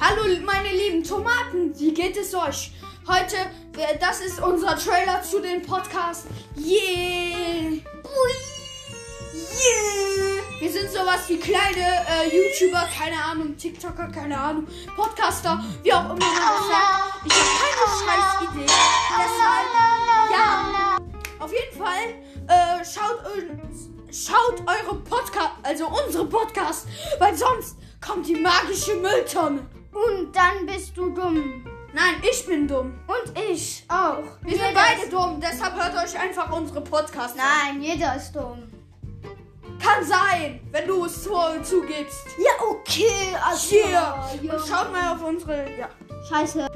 Hallo, meine lieben Tomaten, wie geht es euch? Heute, äh, das ist unser Trailer zu dem Podcast. Yeah! Bui. Yeah! Wir sind sowas wie kleine äh, YouTuber, keine Ahnung, TikToker, keine Ahnung, Podcaster, wie auch immer man das sagt. Ich habe keine scheiß Idee. Deshalb, ja, auf jeden Fall, äh, schaut, uns- schaut eure Podcast, also unsere Podcast, weil sonst kommt die magische Mülltonne. Und dann bist du dumm. Nein, ich bin dumm. Und ich auch. Wir sind beide dumm, deshalb hört euch einfach unsere Podcasts an. Nein, jeder ist dumm. Kann sein, wenn du es zu, zugibst. Ja, okay. Also, Hier! Und schaut mal auf unsere. Ja. Scheiße.